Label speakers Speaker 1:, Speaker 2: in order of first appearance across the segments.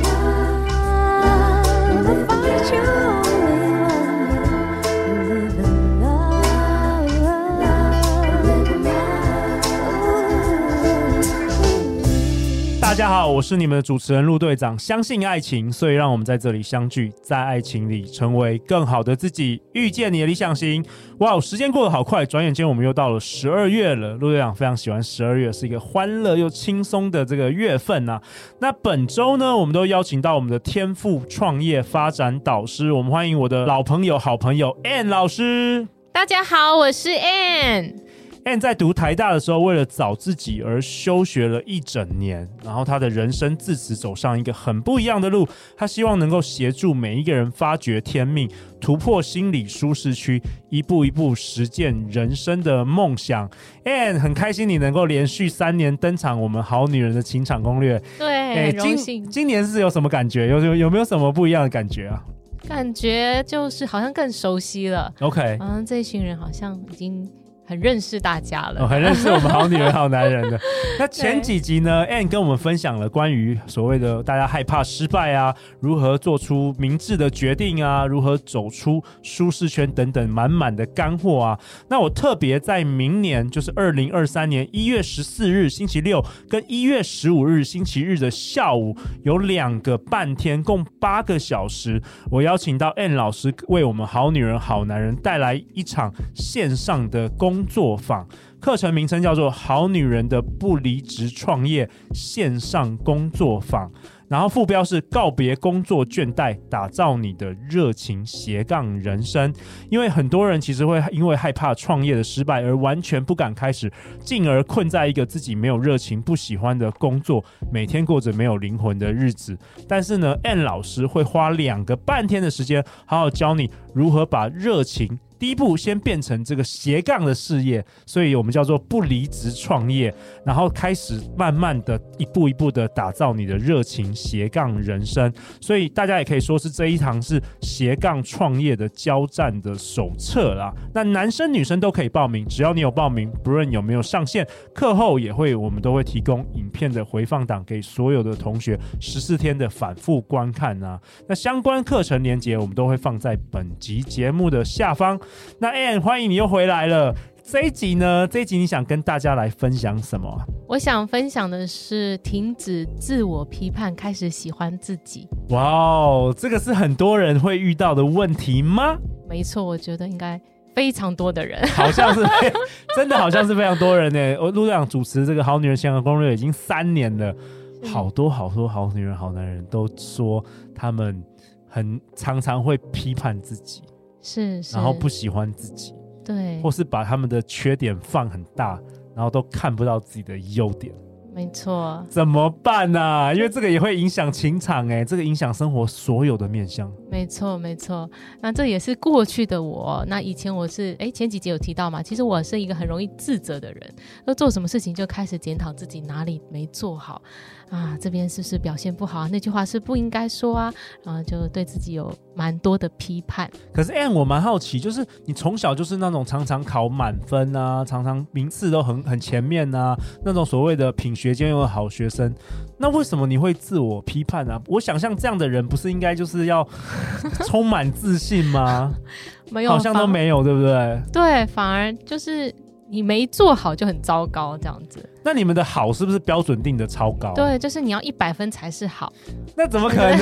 Speaker 1: Love, find your only one. Live in love, live in love.
Speaker 2: 大家好，我是你们的主持人陆队长。相信爱情，所以让我们在这里相聚，在爱情里成为更好的自己，遇见你的理想型。哇哦，时间过得好快，转眼间我们又到了十二月了。陆队长非常喜欢十二月，是一个欢乐又轻松的这个月份呐、那本周呢，我们都邀请到我们的天赋创业发展导师，我们欢迎我的老朋友、好朋友 Ann 老师。
Speaker 3: 大家好，我是 Ann。
Speaker 2: Ann 在读台大的时候，为了找自己而休学了一整年，然后他的人生自此走上一个很不一样的路。他希望能够协助每一个人发掘天命，突破心理舒适区，一步一步实践人生的梦想。Ann 很开心你能够连续三年登场我们好女人的情场攻略。
Speaker 3: 对，哎很荣
Speaker 2: 哎今
Speaker 3: 幸，
Speaker 2: 今年是有什么感觉？有有有没有什么不一样的感觉啊
Speaker 3: 感觉就是好像更熟悉了，
Speaker 2: ？OK，
Speaker 3: 好像这群人好像已经很认识大家了。
Speaker 2: 哦，很认识我们好女人、好男人的。那前几集呢，Anne 跟我们分享了关于所谓的大家害怕失败啊，如何做出明智的决定啊，如何走出舒适圈等等，满满的干货啊。那我特别在明年，就是二零二三年一月十四日星期六跟一月十五日星期日的下午，有两个半天，共八个小时，我邀请到 N 老师为我们好女人、好男人带来一场线上的工作坊。课程名称叫做《好女人的不离职创业线上工作坊》，然后副标是“告别工作倦怠，打造你的热情斜杠人生”。因为很多人其实会因为害怕创业的失败而完全不敢开始，进而困在一个自己没有热情、不喜欢的工作，每天过着没有灵魂的日子。但是呢，N 老师会花两个半天的时间，好好教你如何把热情。第一步，先变成这个斜杠的事业，所以我们叫做不离职创业，然后开始慢慢的、一步一步的打造你的热情斜杠人生。所以大家也可以说是这一堂是斜杠创业的交战的手册啦。那男生女生都可以报名，只要你有报名，不论有没有上线，课后也会我们都会提供影片的回放档给所有的同学十四天的反复观看啊。那相关课程连接我们都会放在本集节目的下方。那 Anne，欢迎你又回来了。这一集呢，这一集你想跟大家来分享什么啊？
Speaker 3: 我想分享的是停止自我批判，开始喜欢自己。
Speaker 2: 哇哦，这个是很多人会遇到的问题吗？
Speaker 3: 没错，我觉得应该非常多的人。
Speaker 2: 好像是非真的，好像是非常多人呢。我陆队长主持这个《好女人香港攻略》已经三年了，好多好多好女人、好男人都说他们很常常会批判自己，
Speaker 3: 是是，
Speaker 2: 然后不喜欢自己，
Speaker 3: 对
Speaker 2: 或，是把他们的缺点放很大，然后都看不到自己的优点，
Speaker 3: 没错，
Speaker 2: 怎么办呢、因为这个也会影响情场，哎，这个影响生活所有的面向。
Speaker 3: 没错，没错。那这也是过去的我。那以前我是，哎，前几集有提到嘛，其实我是一个很容易自责的人，那做什么事情就开始检讨自己哪里没做好啊，这边是不是表现不好啊？那句话是不应该说啊，然后就对自己有蛮多的批判。
Speaker 2: 可是 Anne，我蛮好奇，就是你从小就是那种常常考满分啊，常常名次都很很前面啊，那种所谓的品学兼优的好学生，那为什么你会自我批判呢、啊？我想象这样的人不是应该就是要充满自信吗？
Speaker 3: 没有，
Speaker 2: 好像都
Speaker 3: 反。
Speaker 2: 没有，对不对？
Speaker 3: 对，反而就是你没做好就很糟糕这样子。
Speaker 2: 那你们的好是不是标准定的超高？，
Speaker 3: 对，就是你要一百分才是好。
Speaker 2: 那怎么可能？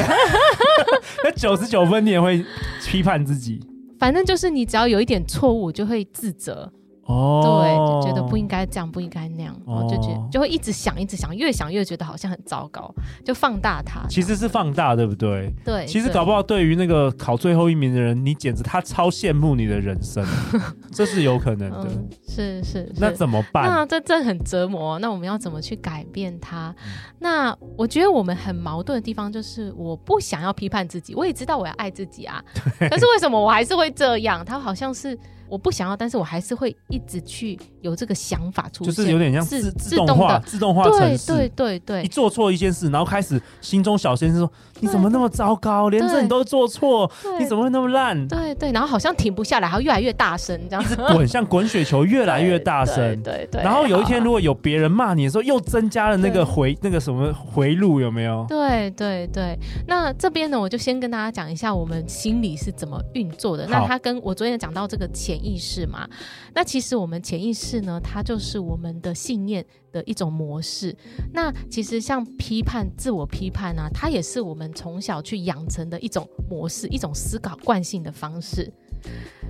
Speaker 2: 那九十九分你也会批判自己
Speaker 3: 反正就是你只要有一点错误，就会自责。
Speaker 2: 哦
Speaker 3: 对，就觉得不应该这样，不应该那样，然后就觉
Speaker 2: 哦
Speaker 3: 就会一直想，一直想，越想越觉得好像很糟糕，就放大它。
Speaker 2: 其实是放大，对不对？
Speaker 3: 对，
Speaker 2: 其实
Speaker 3: 对
Speaker 2: 搞不好对于那个考最后一名的人，你简直他超羡慕你的人 生，这是有可能的。
Speaker 3: 嗯，是是是。
Speaker 2: 那怎么办？
Speaker 3: 那这这很折磨，啊那我们要怎么去改变它？
Speaker 2: 嗯
Speaker 3: 那我觉得我们很矛盾的地方就是，我不想要批判自己，我也知道我要爱自己啊，可是为什么我还是会这样？它好像是我不想要，但是我还是会一直去有这个想法出
Speaker 2: 就
Speaker 3: 现，
Speaker 2: 是有点像
Speaker 3: 自
Speaker 2: 自
Speaker 3: 自
Speaker 2: 动
Speaker 3: 动
Speaker 2: 化、
Speaker 3: 的。
Speaker 2: 自动化
Speaker 3: 对
Speaker 2: 程
Speaker 3: 对
Speaker 2: 式。
Speaker 3: 对对
Speaker 2: 一，做错一件事，然后开始心中小先生说：“你怎么那么糟糕？连这
Speaker 3: 对
Speaker 2: 你都做错，
Speaker 3: 对
Speaker 2: 你怎么会那么烂
Speaker 3: 对对，然后好像停不下来，还越来越大声这样？”
Speaker 2: 一，直滚，像滚雪球，越来越大
Speaker 3: 对
Speaker 2: 声。
Speaker 3: 对对。
Speaker 2: 然后有一天，
Speaker 3: 好
Speaker 2: 如果有别人骂你的时候，又增加了那个
Speaker 3: 对
Speaker 2: 回那个什么回路，有没有？
Speaker 3: 对对对，那这边呢，我就先跟大家讲一下我们心理是怎么运作的。
Speaker 2: 好
Speaker 3: 那它跟我昨天有讲到这个潜意识嘛，那其实我们潜意识呢，它就是我们的信念的一种模式。那其实像批判、自我批判啊，它也是我们从小去养成的一种模式、一种思考惯性的方式。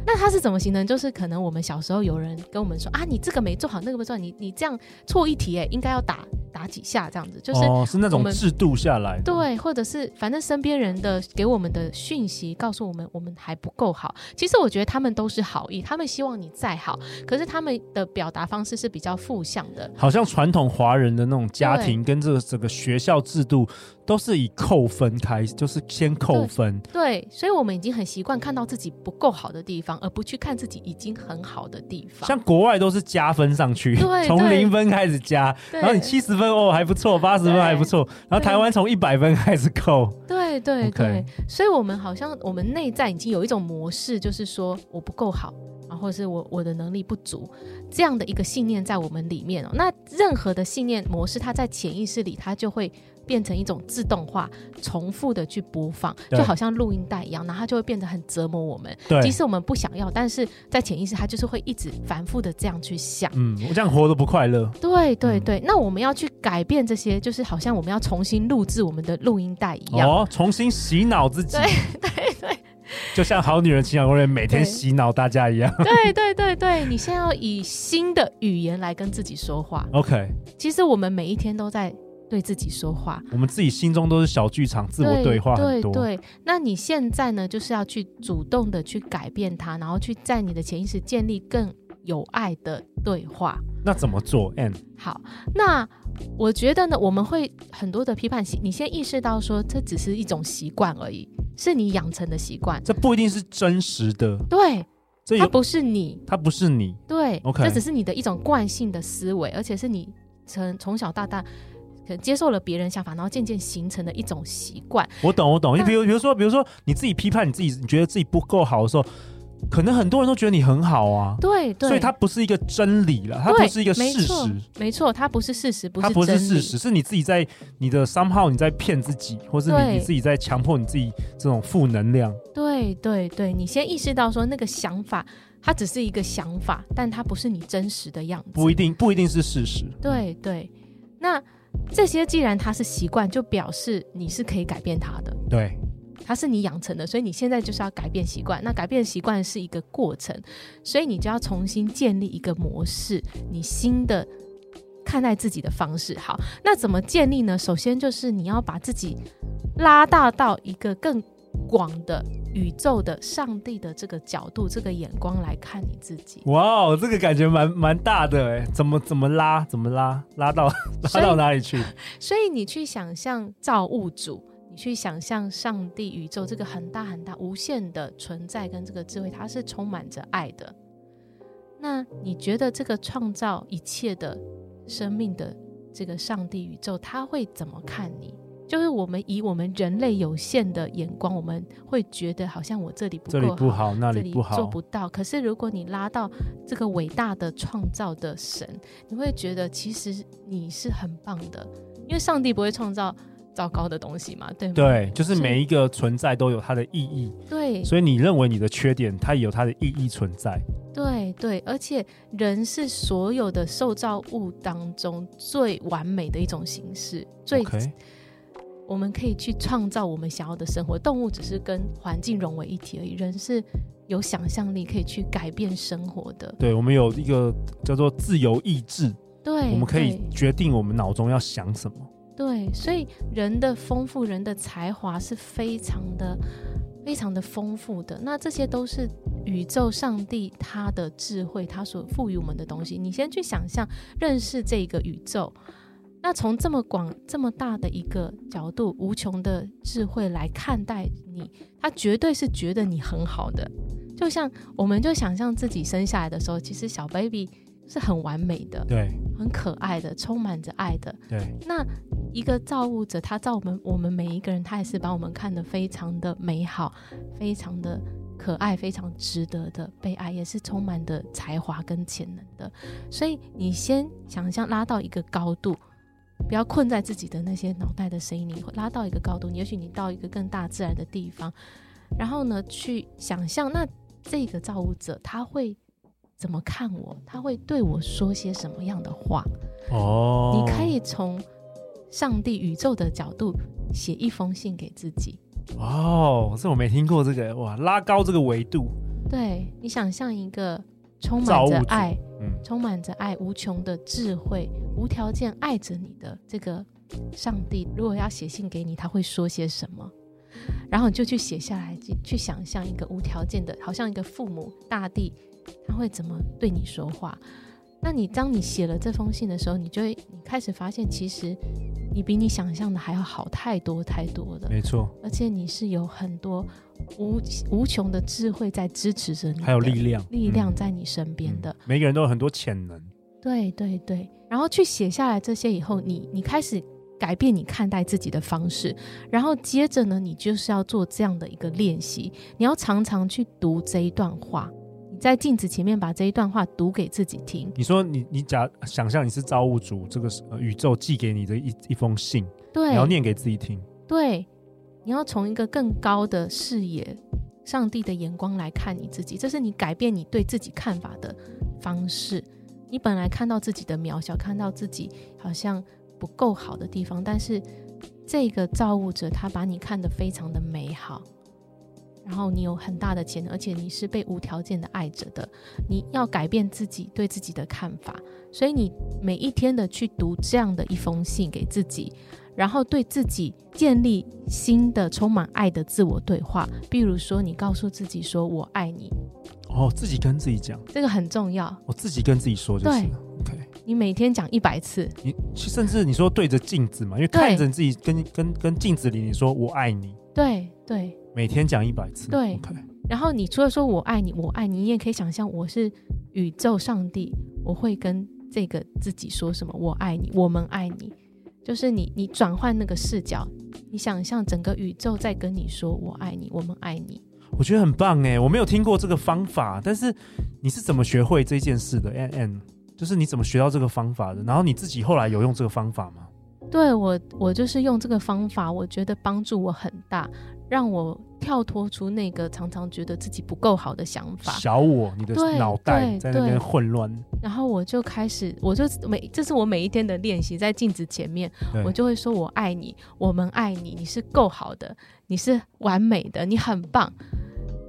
Speaker 3: 那它是怎么形成？就是可能我们小时候有人跟我们说啊，你这个没做好，那个没做好，你你这样错一题，哎，应该要打打几下这样子，就是
Speaker 2: 哦，是那
Speaker 3: 我
Speaker 2: 种
Speaker 3: 们
Speaker 2: 制度下来的。
Speaker 3: 对，或者是反正身边人的给我们的讯息，告诉我们我们还不够好。其实我觉得他们都是好意，他们希望你再好，可是他们的表达方式是比较负向的。
Speaker 2: 好像传统华人的那种家庭跟这个整个学校制度都是以扣分开，就是先扣分，
Speaker 3: 对，所以我们已经很习惯看到自己不够好的地方，而不去看自己已经很好的地方。
Speaker 2: 像国外都是加分上去，
Speaker 3: 对
Speaker 2: 从
Speaker 3: 对
Speaker 2: 零分开始加，
Speaker 3: 对
Speaker 2: 然后你七十分哦还不错，八十分还不错，然后台湾从一百分开始扣，
Speaker 3: 对对
Speaker 2: OK
Speaker 3: 对所以我们好像我们内在已经有一种模式，就是说我不够好，啊，或者是我我的能力不足这样的一个信念在我们里面哦。那任何的信念模式，它在潜意识里，它就会变成一种自动化、重复的去播放，
Speaker 2: 对
Speaker 3: 就好像录音带一样，然后它就会变得很折磨我们。
Speaker 2: 对
Speaker 3: 即使我们不想要，但是在潜意识，它就是会一直反复的这样去想。
Speaker 2: 嗯，我这样活得不快乐，
Speaker 3: 对对
Speaker 2: 嗯
Speaker 3: 对，那我们要去改变这些，就是好像我们要重新录制我们的录音带一样。
Speaker 2: 哦，重新洗脑自己，
Speaker 3: 对 对对，
Speaker 2: 就像好女人情感公园每天
Speaker 3: 对
Speaker 2: 洗脑大家一样
Speaker 3: 对对对对，你先要以新的语言来跟自己说话。
Speaker 2: ，OK，
Speaker 3: 其实我们每一天都在对自己说话，
Speaker 2: 我们自己心中都是小剧场，自我对话很
Speaker 3: 对
Speaker 2: 多，
Speaker 3: 对，那你现在呢，就是要去主动的去改变它，然后去在你的潜意识建立更有爱的对话。
Speaker 2: 那怎么做？And
Speaker 3: 好，那我觉得呢，我们会很多的批判习，你先意识到说，这只是一种习惯而已，是你养成的习惯，
Speaker 2: 这不一定是真实的，
Speaker 3: 对，
Speaker 2: 这
Speaker 3: 它
Speaker 2: 有
Speaker 3: 不是你，
Speaker 2: 它不是你。
Speaker 3: 对
Speaker 2: OK
Speaker 3: 这只是你的一种惯性的思维，而且是你从从小到大可能接受了别人想法，然后渐渐形成的一种习惯。
Speaker 2: 我懂，我懂。就
Speaker 3: 但
Speaker 2: 比如，比如说，比如说，你自己批判你自己，你觉得自己不够好的时候，可能很多人都觉得你很好啊，
Speaker 3: 对对，
Speaker 2: 所以它不是一个真理了，它
Speaker 3: 对
Speaker 2: 不是一个事
Speaker 3: 没错
Speaker 2: 实，
Speaker 3: 没错，它不是事实，不
Speaker 2: 它不
Speaker 3: 真
Speaker 2: 是
Speaker 3: 理。
Speaker 2: 事实，是你自己在你的 somehow 你在骗自己，或是
Speaker 3: 对
Speaker 2: 你你自己在强迫你自己这种负能量。
Speaker 3: 对对对，你先意识到说那个想法，它只是一个想法，但它不是你真实的样子。
Speaker 2: 不一定不一定是事实。
Speaker 3: 对对，那这些既然它是习惯，就表示你是可以改变它的。
Speaker 2: 对，
Speaker 3: 它是你养成的，所以你现在就是要改变习惯。那改变习惯是一个过程，所以你就要重新建立一个模式，你新的看待自己的方式。好，那怎么建立呢？首先就是你要把自己拉大到一个更广的宇宙的上帝的这个角度、这个眼光来看你自己。
Speaker 2: 哇哦，这个感觉蛮蛮大的哎，怎么怎么拉，怎么拉，拉到
Speaker 3: 所
Speaker 2: 拉
Speaker 3: 以
Speaker 2: 到哪里去？
Speaker 3: 所以你去想象造物主，你去想象上帝、宇宙这个很大很大、无限的存在跟这个智慧，它是充满着爱的。那你觉得这个创造一切的生命的这个上帝、宇宙，他会怎么看你？就是我们以我们人类有限的眼光，我们会觉得好像我这里不
Speaker 2: 这里
Speaker 3: 够
Speaker 2: 不好，那
Speaker 3: 这
Speaker 2: 里
Speaker 3: 里
Speaker 2: 不好
Speaker 3: 做，不到。可是如果你拉到这个伟大的创造的神，你会觉得其实你是很棒的，因为上帝不会创造糟糕的东西嘛，对吗？
Speaker 2: 对，就是
Speaker 3: 是
Speaker 2: 每一个存在都有它的意义。
Speaker 3: 对
Speaker 2: 所以你认为你的缺点，它也有它的意义存在。
Speaker 3: 对对，而且人是所有的受造物当中最完美的一种形式，最
Speaker 2: OK，
Speaker 3: 我们可以去创造我们想要的生活。动物只是跟环境融为一体而已，人是有想象力可以去改变生活的。
Speaker 2: 对我们有一个叫做自由意志，
Speaker 3: 对，
Speaker 2: 我们可以
Speaker 3: 对
Speaker 2: 决定我们脑中要想什么。
Speaker 3: 对，所以人的丰富，人的才华是非常的、非常的丰富的。那这些都是宇宙上帝他的智慧，他所赋予我们的东西。你先去想象、认识这个宇宙。那从这么广、这么大的一个角度，无穷的智慧来看待你，他绝对是觉得你很好的，就像我们就想象自己生下来的时候，其实小 baby 是很完美的、
Speaker 2: 对
Speaker 3: 很可爱的、充满着爱的。
Speaker 2: 对
Speaker 3: 那一个造物者，他造我们，我们每一个人，他也是把我们看得非常的美好，非常的可爱，非常值得的被爱，也是充满的才华跟潜能的。所以你先想象拉到一个高度，不要困在自己的那些脑袋的声音里，拉到一个高度，也许你到一个更大自然的地方，然后呢，去想象那这个造物者他会。怎么看我？他会对我说些什么样的话？
Speaker 2: 哦，
Speaker 3: 你可以从上帝宇宙的角度写一封信给自己。
Speaker 2: 哦，这我没听过这个哇，拉高这个维度，
Speaker 3: 对你想象一个充
Speaker 2: 造
Speaker 3: 满
Speaker 2: 物
Speaker 3: 着
Speaker 2: 主
Speaker 3: 爱、
Speaker 2: 嗯，
Speaker 3: 充满着爱、无穷的智慧、无条件爱着你的这个上帝，如果要写信给你，他会说些什么？然后你就去写下来，去去想象一个无条件的，好像一个父母大地，他会怎么对你说话？那你当你写了这封信的时候，你就会你开始发现，其实你比你想象的还要好太多太多了，
Speaker 2: 没错，
Speaker 3: 而且你是有很多无无穷的智慧在支持着你的，
Speaker 2: 还有力量，
Speaker 3: 力量
Speaker 2: 嗯
Speaker 3: 在你身边的。
Speaker 2: 嗯每个人都有很多潜能，
Speaker 3: 对对对，然后去写下来这些以后，你你开始改变你看待自己的方式，然后接着呢，你就是要做这样的一个练习，你要常常去读这一段话，你在镜子前面把这一段话读给自己听。
Speaker 2: 你说你你假想象你是造物主，这个是呃宇宙寄给你的一一封信，
Speaker 3: 对
Speaker 2: 你，要念给自己听，
Speaker 3: 对，你要从一个更高的视野、上帝的眼光来看你自己，这是你改变你对自己看法的方式。你本来看到自己的渺小，看到自己好像不够好的地方，但是这个造物者他把你看得非常的美好，然后你有很大的潜能，而且你是被无条件的爱着的。你要改变自己对自己的看法，所以你每一天的去读这样的一封信给自己，然后对自己建立新的充满爱的自我对话。比如说，你告诉自己说“我爱你
Speaker 2: 哦，自己跟自己讲，”，
Speaker 3: 这个很重要。
Speaker 2: 我自己跟自己说就是了，OK。
Speaker 3: 你每天讲一百次，
Speaker 2: 你甚至你说对着镜子嘛，因为
Speaker 3: 对
Speaker 2: 看着你自己跟跟跟镜子里，你说我爱你，
Speaker 3: 对对。
Speaker 2: 每天讲一百次，
Speaker 3: 对
Speaker 2: o k
Speaker 3: 然后你除了说我爱你，我爱你，你也可以想象我是宇宙上帝，我会跟这个自己说什么？我爱你，我们爱你，就是你你转换那个视角，你想象整个宇宙在跟你说我爱你，我们爱你。
Speaker 2: 我觉得很棒哎，我没有听过这个方法，但是你是怎么学会这件事的？N N，就是你怎么学到这个方法的？然后你自己后来有用这个方法吗？
Speaker 3: 对我，我就是用这个方法，我觉得帮助我很大，让我跳脱出那个常常觉得自己不够好的想法。
Speaker 2: 小我，你的
Speaker 3: 对
Speaker 2: 脑袋
Speaker 3: 对
Speaker 2: 在那
Speaker 3: 对
Speaker 2: 边混乱，
Speaker 3: 然后我就开始，我就每这是我每一天的练习，在镜子前面，
Speaker 2: 对
Speaker 3: 我就会说我爱你，我们爱你，你是够好的，你是完美的，你很棒，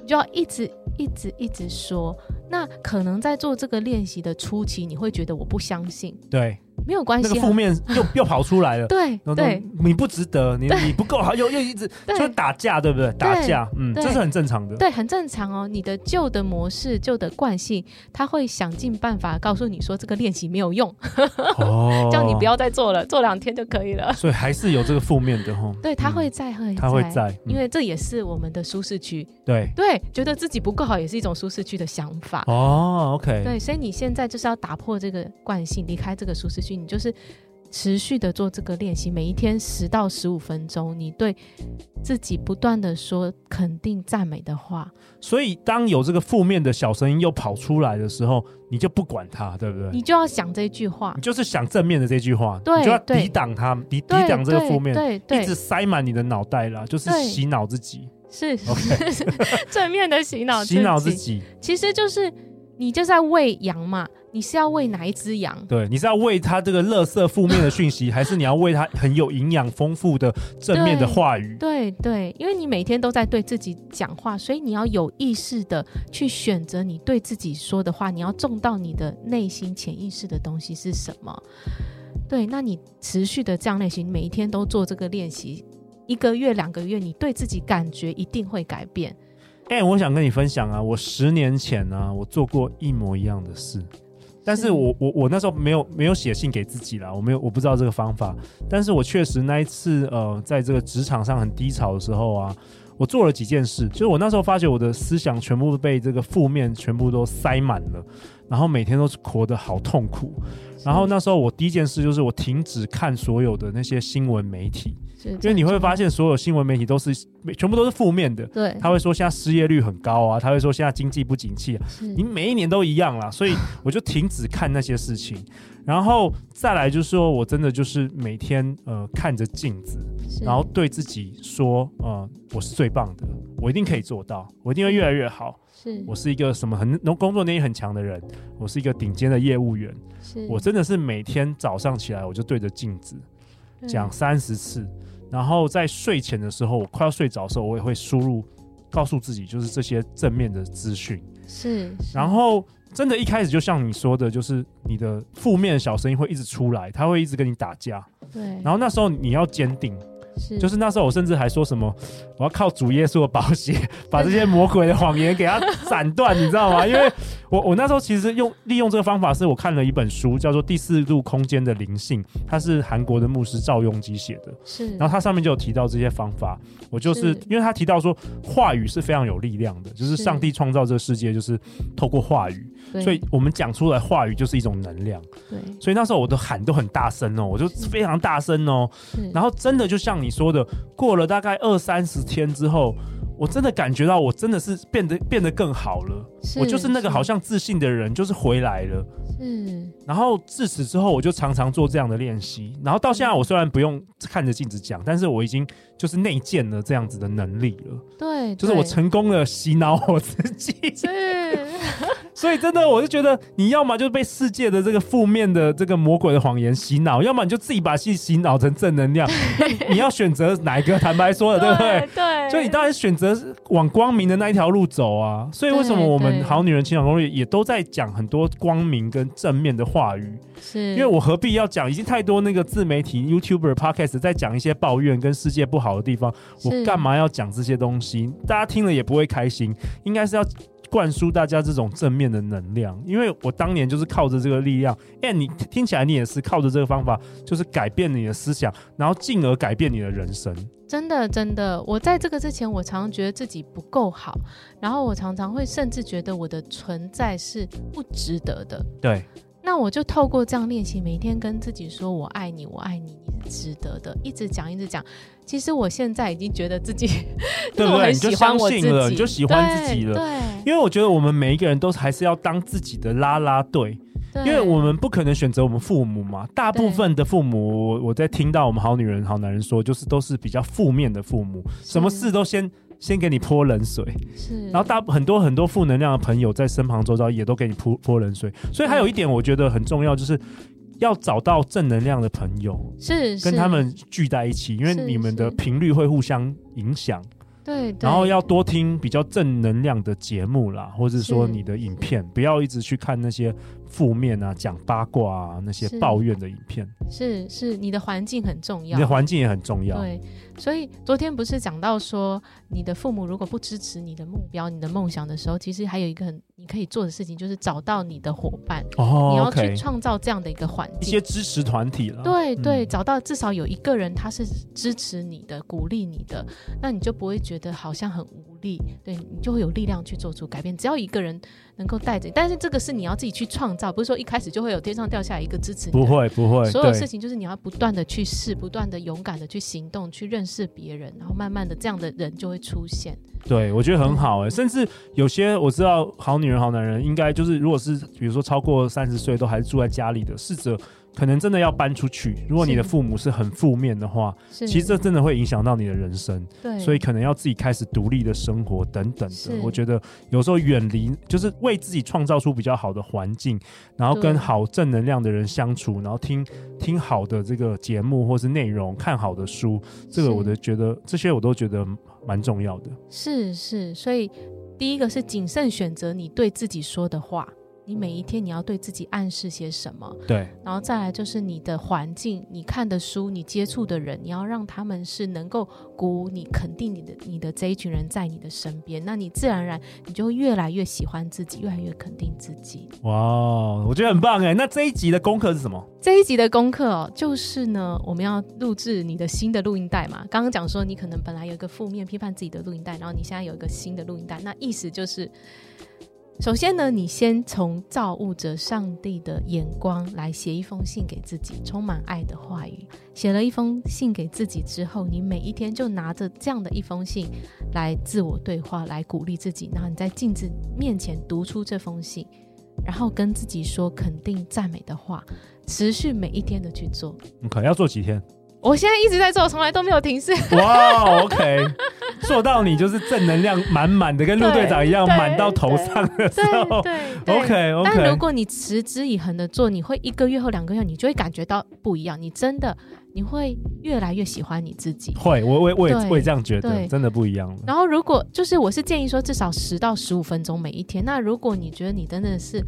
Speaker 3: 你就要一直一直一直说。那可能在做这个练习的初期，你会觉得我不相信，
Speaker 2: 对
Speaker 3: 没有关
Speaker 2: 那个
Speaker 3: 系啊，
Speaker 2: 负面又又 跑出来了。
Speaker 3: 对
Speaker 2: 然后
Speaker 3: 对，
Speaker 2: 你不值得，你你不够好，又又一直
Speaker 3: 对
Speaker 2: 就是打架，对不对？打架，嗯，
Speaker 3: 对
Speaker 2: 这是很正常的。
Speaker 3: 对，很正常哦。你的旧的模式、旧的惯性，他会想尽办法告诉你说这个练习没有用，
Speaker 2: 哦
Speaker 3: 叫你不，要再做了，做两天就可以了。
Speaker 2: 所以还是有这个负面的哈。
Speaker 3: 对，他
Speaker 2: 嗯
Speaker 3: 会在，会
Speaker 2: 他会在，
Speaker 3: 因
Speaker 2: 嗯
Speaker 3: 为这也是我们的舒适区。
Speaker 2: 对
Speaker 3: 对，觉得自己不够好也是一种舒适区的想法。
Speaker 2: 哦，OK，
Speaker 3: 对，所以你现在就是要打破这个惯性，离开这个舒适区，你就是持续的做这个练习，每一天十到十五分钟，你对自己不断的说肯定赞美的话，
Speaker 2: 所以当有这个负面的小声音又跑出来的时候，你就不管它，对不对？
Speaker 3: 你
Speaker 2: 你
Speaker 3: 就要想这句话。
Speaker 2: 就是想正面的这句话，
Speaker 3: 对
Speaker 2: 你就要
Speaker 3: 对
Speaker 2: 抵挡它，抵抵
Speaker 3: 对
Speaker 2: 挡这个负面，
Speaker 3: 对对
Speaker 2: 一
Speaker 3: 对
Speaker 2: 直塞满你的脑袋啦，就是
Speaker 3: 对
Speaker 2: 洗脑自己，
Speaker 3: 是
Speaker 2: OK
Speaker 3: 是正面的洗脑，
Speaker 2: 洗脑自，己。
Speaker 3: 其实就是你就在喂羊嘛，你是要喂哪一只羊？
Speaker 2: 对，你是要喂它这个垃圾负面的讯 息，还是你要喂它很有营养、丰富的正面的
Speaker 3: 对
Speaker 2: 话语？
Speaker 3: 对对，因为你每天都在对自己讲话，所以你要有意识的去选择你对自己说的话，你要种到你的内心潜意识的东西是什么。对，那你持续的这样练习，你每一天都做这个练习，一个月、两个月，你对自己感觉一定会改变。
Speaker 2: 哎、我想跟你分享啊，我十年前呢、我做过一模一样的事，但是
Speaker 3: 是
Speaker 2: 我我我那时候没有没有写信给自己啦，我没有我不知道这个方法，但是我确实那一次呃，在这个职场上很低潮的时候啊，我做了几件事，就是我那时候发觉我的思想全部被这个负面全部都塞满了，然后每天都是活得好痛苦。然后那时候我第一件事就是我停止看所有的那些新闻媒体，
Speaker 3: 因
Speaker 2: 因为你会发现所有新闻媒体都是全部都是负面的。
Speaker 3: 对，
Speaker 2: 他会说现在失业率很高啊，他会说现在经济不景气啊，
Speaker 3: 是
Speaker 2: 你每一年都一样啦，所以我就停止看那些事情，然后再来就是说我真的就是每天呃看着镜子，
Speaker 3: 是
Speaker 2: 然后对自己说，呃，我是最棒的，我一定可以做到，我一定会越来越好，
Speaker 3: 是
Speaker 2: 我是一个什么很能工作能力很强的人，我是一个顶尖的业务员，
Speaker 3: 是
Speaker 2: 我真的是每天早上起来我就对着镜子
Speaker 3: 嗯
Speaker 2: 讲三十次，然后在睡前的时候，我快要睡着的时候，我也会输入告诉自己就是这些正面的资讯。
Speaker 3: 嗯是，是
Speaker 2: 然后真的，一开始就像你说的，就是你的负面小声音会一直出来，它会一直跟你打架。
Speaker 3: 对，
Speaker 2: 然后那时候你要坚定，
Speaker 3: 是
Speaker 2: 就是那时候我甚至还说什么，我要靠主耶稣的宝血把这些魔鬼的谎言给它斩断，你知道吗？因为我我那时候其实用利用这个方法，是我看了一本书叫做《第四度空间的灵性》，它是韩国的牧师赵雍基写的。
Speaker 3: 是，
Speaker 2: 然后它上面就有提到这些方法，我就是
Speaker 3: 是
Speaker 2: 因为他提到说话语是非常有力量的，就是
Speaker 3: 是
Speaker 2: 上帝创造这个世界就是透过话语，
Speaker 3: 对
Speaker 2: 所以我们讲出来话语就是一种能量，
Speaker 3: 对
Speaker 2: 所以那时候我都喊都很大声哦，我就非常大声哦，
Speaker 3: 是，
Speaker 2: 然后真的就像你说的，过了大概二三十天之后，我真的感觉到我真的是变得变得更好了，我就是那个好像自信的人就是回来了。
Speaker 3: 是
Speaker 2: 然后自此之后，我就常常做这样的练习。然后到现在，我虽然不用看着镜子讲，但是我已经就是内建了这样子的能力了，
Speaker 3: 对，
Speaker 2: 就是我
Speaker 3: 对
Speaker 2: 成功的洗脑我自己。
Speaker 3: 是
Speaker 2: 所以真的，我就觉得你要么就被世界的这个负面的这个魔鬼的谎言洗脑，要么你就自己把自己洗脑成正能量。 那你你要选择哪一个？坦白说了，对不对？
Speaker 3: 对，
Speaker 2: 就你当然选择往光明的那一条路走啊。所以为什么我
Speaker 3: 对
Speaker 2: 们
Speaker 3: 对
Speaker 2: 好女人情感攻略也都在讲很多光明跟正面的话语？
Speaker 3: 是
Speaker 2: 因为我何必要讲？已经太多那个自媒体、YouTuber、Podcast 在讲一些抱怨跟世界不好的地方，
Speaker 3: 是
Speaker 2: 我干嘛要讲这些东西？大家听了也不会开心，应该是要。灌输大家这种正面的能量，因为我当年就是靠着这个力量。哎，你听起来你也是靠着这个方法，就是改变你的思想，然后进而改变你的人生。
Speaker 3: 真的，真的，我在这个之前，我常常觉得自己不够好，然后我常常会甚至觉得我的存在是不值得的。
Speaker 2: 对，
Speaker 3: 那我就透过这样练习，每天跟自己说“我爱你，我爱你，你是值得的”，一直讲，一直讲。其实我现在已经觉得自己，
Speaker 2: 对不对？
Speaker 3: 就是我很
Speaker 2: 你就
Speaker 3: 喜欢
Speaker 2: 相
Speaker 3: 我自己
Speaker 2: 信了，你就喜欢自己了。
Speaker 3: 对
Speaker 2: 因为我觉得我们每一个人都还是要当自己的啦啦队，
Speaker 3: 对，
Speaker 2: 因为我们不可能选择我们父母嘛，大部分的父母，我我在听到我们好女人、好男人说，就是都是比较负面的父母，什么事都先先给你泼冷水，
Speaker 3: 是，
Speaker 2: 然后大很多很多负能量的朋友在身旁周遭也都给你泼泼冷水，所以还有一点我觉得很重要，就是要找到正能量的朋友，
Speaker 3: 是
Speaker 2: 跟
Speaker 3: 是
Speaker 2: 他们聚在一起，因为
Speaker 3: 是
Speaker 2: 你们的
Speaker 3: 是
Speaker 2: 频率会互相影响，
Speaker 3: 对，对
Speaker 2: 然后要多听比较正能量的节目啦，或是说
Speaker 3: 是
Speaker 2: 你的影片，不要一直去看那些负面啊、讲八卦啊那些
Speaker 3: 是
Speaker 2: 抱怨的影片。
Speaker 3: 是是你的环境很重
Speaker 2: 你
Speaker 3: 要，
Speaker 2: 的环境也很重要。
Speaker 3: 对，所以昨天不是讲到说，你的父母如果不支持你的目标、你的梦想的时候，其实还有一个很你可以做的事情，就是找到你的伙伴，你
Speaker 2: 哦
Speaker 3: 要去
Speaker 2: ，OK，
Speaker 3: 创造这样的一个环
Speaker 2: 一
Speaker 3: 境
Speaker 2: 些。支持团体了。
Speaker 3: 对
Speaker 2: 嗯
Speaker 3: 对，找到至少有一个人他是支持你的、鼓励你的，那你就不会觉得好像很无力，对你就会有力量去做出改变。只要一个人能够带着你，但是这个是你要自己去创造，不是说一开始就会有天上掉下来一个支持你
Speaker 2: 不
Speaker 3: 的
Speaker 2: 会
Speaker 3: 人。
Speaker 2: 不会，
Speaker 3: 所有事
Speaker 2: 对
Speaker 3: 情就是你要不断的去试，不断的勇敢的去行动，去认识别人，然后慢慢的这样的人就会出现。
Speaker 2: 对，我觉得很好哎、甚至有些我知道，好女人、好男人应该就是，如果是比如说超过三十岁都还是住在家里的，试着可能真的要搬出去。如果你的
Speaker 3: 是
Speaker 2: 父母是很负面的话，
Speaker 3: 是，
Speaker 2: 其实这真的会影响到你的人生。
Speaker 3: 对，
Speaker 2: 所以可能要自己开始独立的生活等等
Speaker 3: 是
Speaker 2: 的。我觉得有时候远离，就是为自己创造出比较好的环境，然后跟
Speaker 3: 对
Speaker 2: 好正能量的人相处，然后听听好的这个节目或是内容，看好的书，这个
Speaker 3: 是
Speaker 2: 我都觉得这些我都觉得蛮重要的。
Speaker 3: 是是，所以第一个是谨慎选择你对自己说的话。你每一天你要对自己暗示些什么，
Speaker 2: 对，
Speaker 3: 然后再来就是你的环境、你看的书、你接触的人，你要让他们是能够鼓舞你、肯定你的、你的这一群人在你的身边，那你自然而然你就会越来越喜欢自己，越来越肯定自己。
Speaker 2: 哇，我觉得很棒哎。那这一集的功课是什么？
Speaker 3: 这一集的功课哦，就是呢，我们要录制你的新的录音带嘛。刚刚讲说，你可能本来有一个负面批判自己的录音带，然后你现在有一个新的录音带，那意思就是，首先呢，你先从造物者上帝的眼光来写一封信给自己，充满爱的话语。写了一封信给自己之后，你每一天就拿着这样的一封信来自我对话，来鼓励自己。然后你在镜子面前读出这封信，然后跟自己说肯定赞美的话。持续每一天的去做。
Speaker 2: 你可能要做几天？
Speaker 3: 我现在一直在做，从来都没 有停止。
Speaker 2: 哇，OK，做到你就是正能量满满的，跟陆队长一样
Speaker 3: 对
Speaker 2: 满到头上的 时候。
Speaker 3: 对
Speaker 2: OK
Speaker 3: 但如
Speaker 2: OK，
Speaker 3: 果你持之以恒的做，你会一个月后、两个月，你就会感觉到不一样。你真的，你会越来越喜欢你自己。
Speaker 2: 会，我我也我也
Speaker 3: 对
Speaker 2: 我也这样觉得，
Speaker 3: 对
Speaker 2: 真的不一样了。
Speaker 3: 然后，如果就是我是建议说，至少十到十五分钟每一天。那如果你觉得你真的是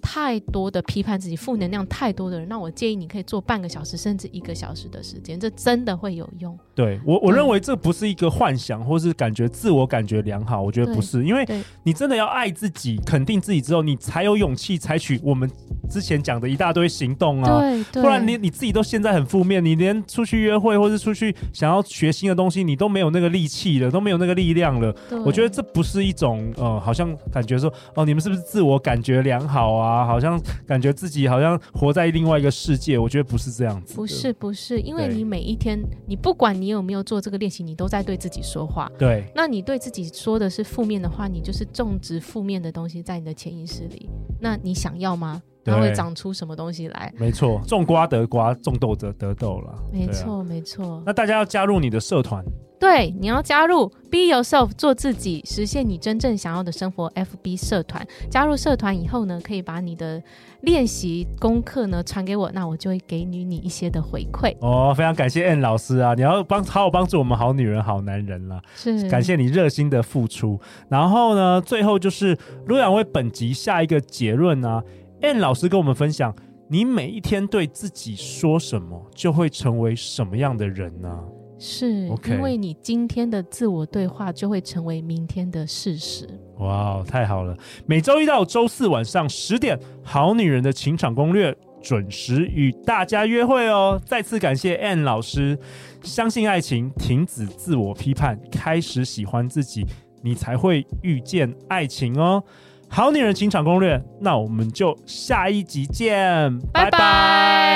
Speaker 3: 太多的批判自己、负能量太多的人，那我建议你可以做半个小时甚至一个小时的时间，这真的会有用。
Speaker 2: 对我我
Speaker 3: 对
Speaker 2: 认为这不是一个幻想，或是感觉自我感觉良好，我觉得
Speaker 3: 对
Speaker 2: 不是，因为
Speaker 3: 对
Speaker 2: 你真的要爱自己，肯定自己之后，你才有勇气采取我们之前讲的一大堆行动啊。
Speaker 3: 对对，
Speaker 2: 不然你你自己都现在很负面，你连出去约会或是出去想要学新的东西，你都没有那个力气了，都没有那个力量了。
Speaker 3: 对
Speaker 2: 我觉得这不是一种呃，好像感觉说哦，你们是不是自我感觉良好啊？好像感觉自己好像活在另外一个世界，我觉得不是这样子。
Speaker 3: 不，是不是，因为
Speaker 2: 对
Speaker 3: 你每一天，你不管你有没有做这个练习，你都在对自己说话。
Speaker 2: 对
Speaker 3: 那你对自己说的是负面的话，你就是种植负面的东西在你的潜意识里。那你想要吗？它会
Speaker 2: 对
Speaker 3: 长出什么东西来？
Speaker 2: 没错，种瓜得瓜，种豆得得豆 了。
Speaker 3: 没
Speaker 2: 对啊
Speaker 3: 错，没错。
Speaker 2: 那大家要加入你的社团，
Speaker 3: 对，你要加入 Be Yourself 做自己，实现你真正想要的生活。FB 社团，加入社团以后呢，可以把你的练习功课呢传给我，那我就会给予你一些的回馈。
Speaker 2: 哦，非常感谢 N 老师啊，你要帮好好帮助我们好女人、好男人啦。
Speaker 3: 是，
Speaker 2: 感谢你热心的付出。然后呢，最后就是陆阳为本集下一个结论啊，N 老师跟我们分享，你每一天对自己说什么，就会成为什么样的人呢、
Speaker 3: 是
Speaker 2: OK
Speaker 3: 因为你今天的自我对话就会成为明天的事实。
Speaker 2: 哇，太好了！每周一到周四晚上十点，《好女人的情场攻略》准时与大家约会哦。再次感谢 Ann 老师，相信爱情，停止自我批判，开始喜欢自己，你才会遇见爱情哦。《好女人情场攻略》，那我们就下一集见，
Speaker 3: 拜拜。